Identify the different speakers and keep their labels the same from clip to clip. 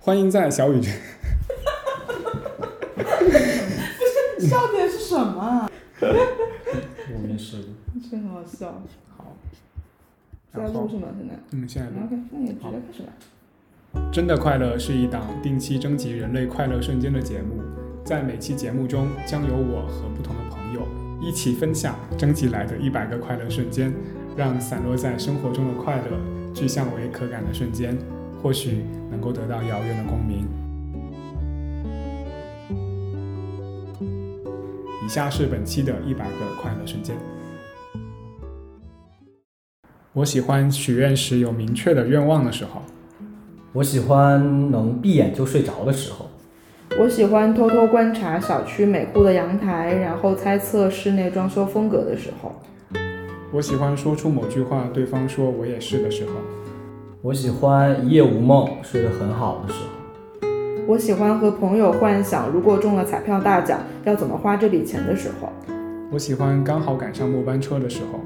Speaker 1: 欢迎在小宇宙，
Speaker 2: 笑点是什么啊？
Speaker 3: 我没试过。
Speaker 2: 真好笑。
Speaker 1: 好，
Speaker 2: 是在
Speaker 1: 然
Speaker 2: 录
Speaker 1: 后
Speaker 2: 什么？现在
Speaker 1: 嗯，现在录。
Speaker 2: ？OK，那也直接开始吧。
Speaker 1: 真的快乐是一档定期征集人类快乐瞬间的节目，在每期节目中，将由我和不同的朋友一起分享征集来的一百个快乐瞬间，让散落在生活中的快乐具象为可感的瞬间，或许能够得到遥远的共鸣。以下是本期的一百个快乐瞬间。我喜欢许愿时有明确的愿望的时候。
Speaker 3: 我喜欢能闭眼就睡着的时候。
Speaker 2: 我喜欢偷偷观察小区每户的阳台，然后猜测室内装修风格的时候。
Speaker 1: 我喜欢说出某句话，对方说我也是的时候。
Speaker 3: 我喜欢一夜无梦，睡得很好的时候。
Speaker 2: 我喜欢和朋友幻想，如果中了彩票大奖，要怎么花这笔钱的时候。
Speaker 1: 我喜欢刚好赶上末班车的时候。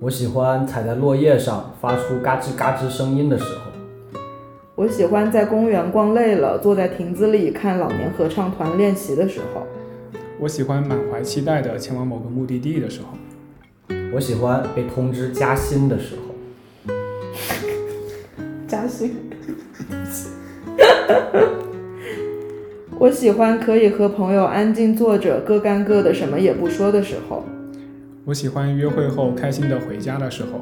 Speaker 3: 我喜欢踩在落叶上发出嘎吱嘎吱声音的时候。
Speaker 2: 我喜欢在公园逛累了，坐在亭子里看老年合唱团练习的时候。
Speaker 1: 我喜欢满怀期待的前往某个目的地的时候。
Speaker 3: 我喜欢被通知加薪的时候。
Speaker 2: 扎心。 我喜欢可以和朋友安静坐着，各干各的，什么也不说的时候。
Speaker 1: 我喜欢约会后开心的回家的时候。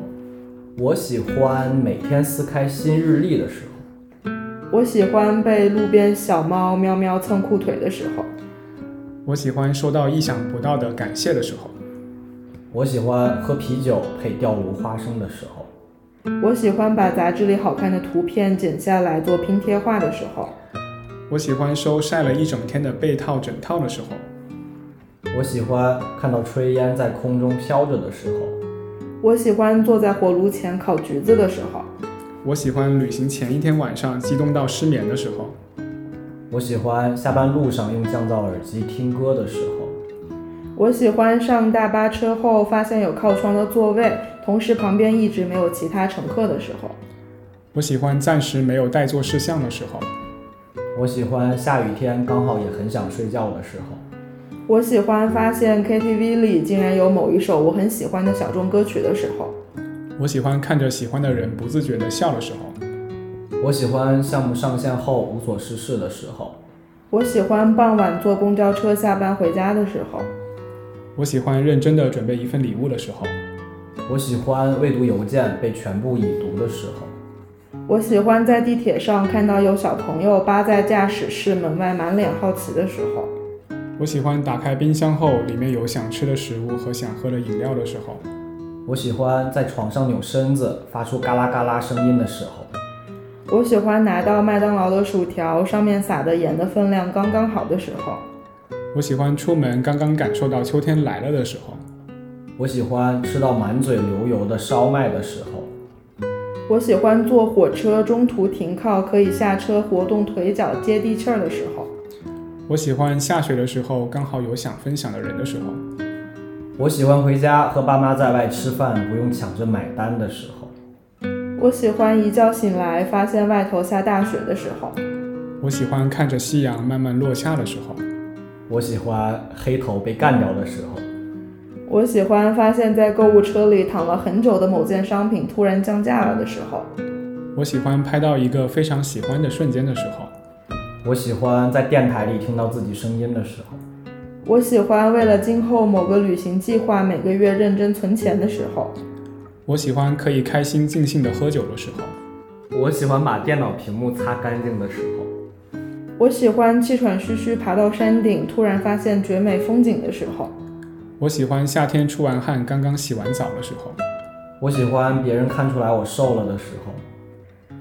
Speaker 3: 我喜欢每天撕开新日历的时候。
Speaker 2: 我喜欢被路边小猫喵喵蹭裤腿的时候。
Speaker 1: 我喜欢收到意想不到的感谢的时候。
Speaker 3: 我喜欢喝啤酒配吊炉花生的时候。
Speaker 2: 我喜欢把杂志里好看的图片剪下来做拼贴画的时候。
Speaker 1: 我喜欢收晒了一整天的被套枕套的时候。
Speaker 3: 我喜欢看到炊烟在空中飘着的时候。
Speaker 2: 我喜欢坐在火炉前烤橘子的时候。
Speaker 1: 我喜欢旅行前一天晚上激动到失眠的时候。
Speaker 3: 我喜欢下班路上用降噪耳机听歌的时候。
Speaker 2: 我喜欢上大巴车后发现有靠窗的座位，同时旁边一直没有其他乘客的时候。
Speaker 1: 我喜欢暂时没有带做事项的时候。
Speaker 3: 我喜欢下雨天刚好也很想睡觉的时候。
Speaker 2: 我喜欢发现 KTV 里竟然有某一首我很喜欢的小众歌曲的时候。
Speaker 1: 我喜欢看着喜欢的人不自觉地笑的时候。
Speaker 3: 我喜欢项目上线后无所事事的时候。
Speaker 2: 我喜欢傍晚坐公交车下班回家的时候。
Speaker 1: 我喜欢认真的准备一份礼物的时候，
Speaker 3: 我喜欢未读邮件被全部已读的时候。
Speaker 2: 我喜欢在地铁上看到有小朋友扒在驾驶室门外满脸好奇的时候。
Speaker 1: 我喜欢打开冰箱后里面有想吃的食物和想喝的饮料的时候，
Speaker 3: 我喜欢在床上扭身子发出嘎啦嘎啦声音的时候。
Speaker 2: 我喜欢拿到麦当劳的薯条上面撒的盐的分量刚刚好的时候。
Speaker 1: 我喜欢出门刚刚感受到秋天来了的时候，
Speaker 3: 我喜欢吃到满嘴流油的烧麦的时候。
Speaker 2: 我喜欢坐火车中途停靠，可以下车活动腿脚接地气儿的时候。
Speaker 1: 我喜欢下雪的时候刚好有想分享的人的时候，
Speaker 3: 我喜欢回家和爸妈在外吃饭不用抢着买单的时候。
Speaker 2: 我喜欢一觉醒来发现外头下大雪的时候。
Speaker 1: 我喜欢看着夕阳慢慢落下的时候，
Speaker 3: 我喜欢黑头被干掉的时候。
Speaker 2: 我喜欢发现，在购物车里躺了很久的某件商品突然降价了的时候。
Speaker 1: 我喜欢拍到一个非常喜欢的瞬间的时候，
Speaker 3: 我喜欢在电台里听到自己声音的时候。
Speaker 2: 我喜欢为了今后某个旅行计划每个月认真存钱的时候。
Speaker 1: 我喜欢可以开心尽兴的喝酒的时候，
Speaker 3: 我喜欢把电脑屏幕擦干净的时候。
Speaker 2: 我喜欢气喘吁吁爬到山顶，突然发现绝美风景的时候。
Speaker 1: 我喜欢夏天出完汗刚刚洗完澡的时候。
Speaker 3: 我喜欢别人看出来我瘦了的时候。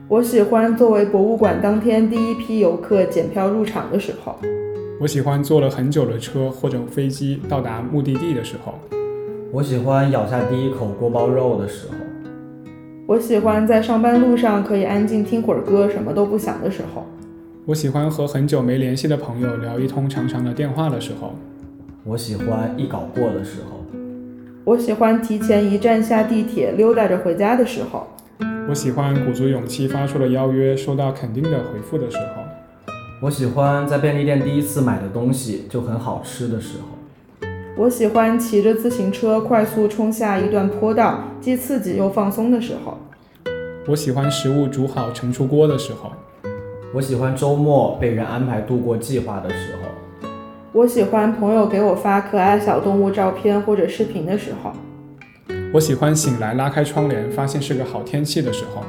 Speaker 2: 我喜欢作为博物馆当天第一批游客检票入场的时候。
Speaker 1: 我喜欢坐了很久的车或者飞机到达目的地的时候，
Speaker 3: 我喜欢咬下第一口锅包肉的时候。
Speaker 2: 我喜欢在上班路上可以安静听会儿歌，什么都不想的时候。
Speaker 1: 我喜欢和很久没联系的朋友聊一通长长的电话的时候，
Speaker 3: 我喜欢一搞过的时候。
Speaker 2: 我喜欢提前一站下地铁溜达着回家的时候。
Speaker 1: 我喜欢鼓足勇气发出的邀约，收到肯定的回复的时候。
Speaker 3: 我喜欢在便利店第一次买的东西就很好吃的时候。
Speaker 2: 我喜欢骑着自行车快速冲下一段坡道，既刺激又放松的时候。
Speaker 1: 我喜欢食物煮好盛出锅的时候。
Speaker 3: 我喜欢周末被人安排度过计划的时候。
Speaker 2: 我喜欢朋友给我发可爱小动物照片或者视频的时候。
Speaker 1: 我喜欢醒来拉开窗帘，发现是个好天气的时候。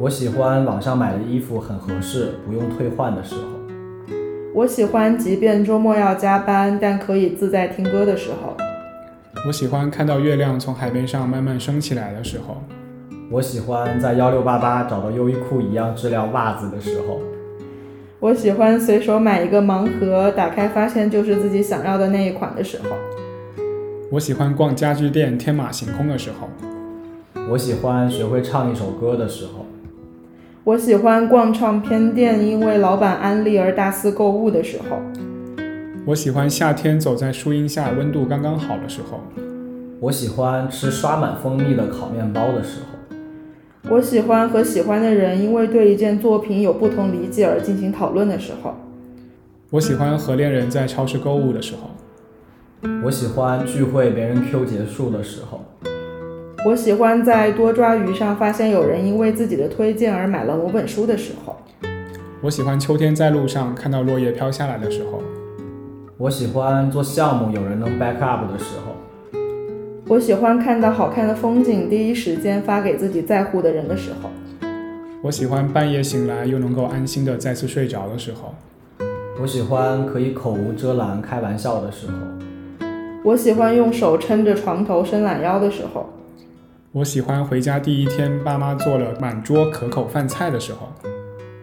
Speaker 3: 我喜欢网上买的衣服很合适，不用退换的时候。
Speaker 2: 我喜欢即便周末要加班，但可以自在听歌的时候。
Speaker 1: 我喜欢看到月亮从海面上慢慢升起来的时候。
Speaker 3: 我喜欢在幺六八八找到优衣库一样质量袜子的时候。
Speaker 2: 我喜欢随手买一个盲盒，打开发现就是自己想要的那一款的时候。
Speaker 1: 我喜欢逛家具店天马行空的时候。
Speaker 3: 我喜欢学会唱一首歌的时候。
Speaker 2: 我喜欢逛唱片店，因为老板安利而大肆购物的时候。
Speaker 1: 我喜欢夏天走在树荫下，温度刚刚好的时候。
Speaker 3: 我喜欢吃刷满蜂蜜的烤面包的时候。
Speaker 2: 我喜欢和喜欢的人因为对一件作品有不同理解而进行讨论的时候。
Speaker 1: 我喜欢和恋人在超市购物的时候。
Speaker 3: 我喜欢聚会别人 Q 结束的时候。
Speaker 2: 我喜欢在多抓鱼上发现有人因为自己的推荐而买了某本书的时候。
Speaker 1: 我喜欢秋天在路上看到落叶飘下来的时候。
Speaker 3: 我喜欢做项目有人能 back up 的时候。
Speaker 2: 我喜欢看到好看的风景，第一时间发给自己在乎的人的时候。
Speaker 1: 我喜欢半夜醒来又能够安心的再次睡着的时候。
Speaker 3: 我喜欢可以口无遮拦开玩笑的时候。
Speaker 2: 我喜欢用手撑着床头伸懒腰的时候。
Speaker 1: 我喜欢回家第一天，爸妈做了满桌可口饭菜的时候。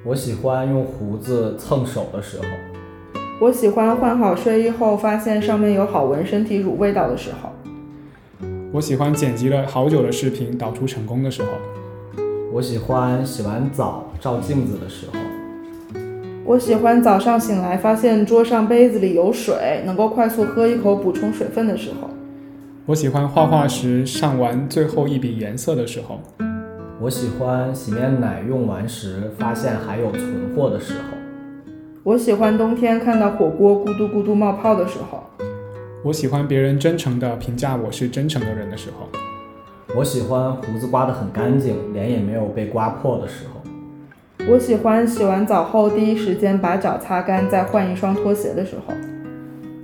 Speaker 3: 我喜欢用胡子蹭手的时候。
Speaker 2: 我喜欢换好睡衣后发现上面有好闻身体乳味道的时候。
Speaker 1: 我喜欢剪辑了好久的视频导出成功的时候。
Speaker 3: 我喜欢洗完澡照镜子的时候。
Speaker 2: 我喜欢早上醒来发现桌上杯子里有水，能够快速喝一口补充水分的时候。
Speaker 1: 我喜欢画画时上完最后一笔颜色的时候。
Speaker 3: 我喜欢洗面奶用完时发现还有存货的时候。
Speaker 2: 我喜欢冬天看到火锅咕嘟咕嘟冒泡的时候。
Speaker 1: 我喜欢别人真诚的评价我是真诚的人的时候。
Speaker 3: 我喜欢胡子刮得很干净，脸也没有被刮破的时候。
Speaker 2: 我喜欢洗完澡后第一时间把脚擦干，再换一双拖鞋的时候。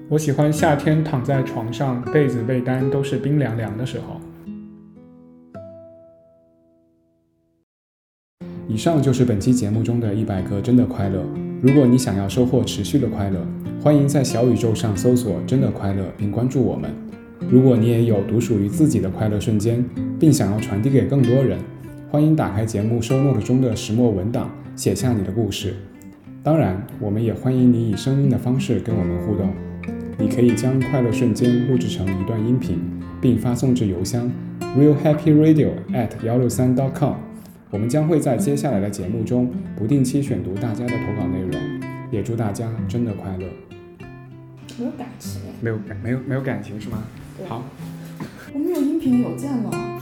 Speaker 1: 我喜欢夏天躺在床上，被子被单都是冰凉凉的时候。以上就是本期节目中的一百个真的快乐。如果你想要收获持续的快乐，欢迎在小宇宙上搜索“真的快乐”并关注我们。如果你也有独属于自己的快乐瞬间，并想要传递给更多人，欢迎打开节目收 note 中的石墨文档，写下你的故事。当然，我们也欢迎你以声音的方式跟我们互动。你可以将快乐瞬间录制成一段音频，并发送至邮箱 realhappyradio@ at 幺六三 .com。我们将会在接下来的节目中不定期选读大家的投稿内容。也祝大家真的快乐。
Speaker 2: 没有感情，
Speaker 1: 没有感，没有没有感情是吗？
Speaker 2: 对
Speaker 1: 好。
Speaker 2: 我们有音频邮件了。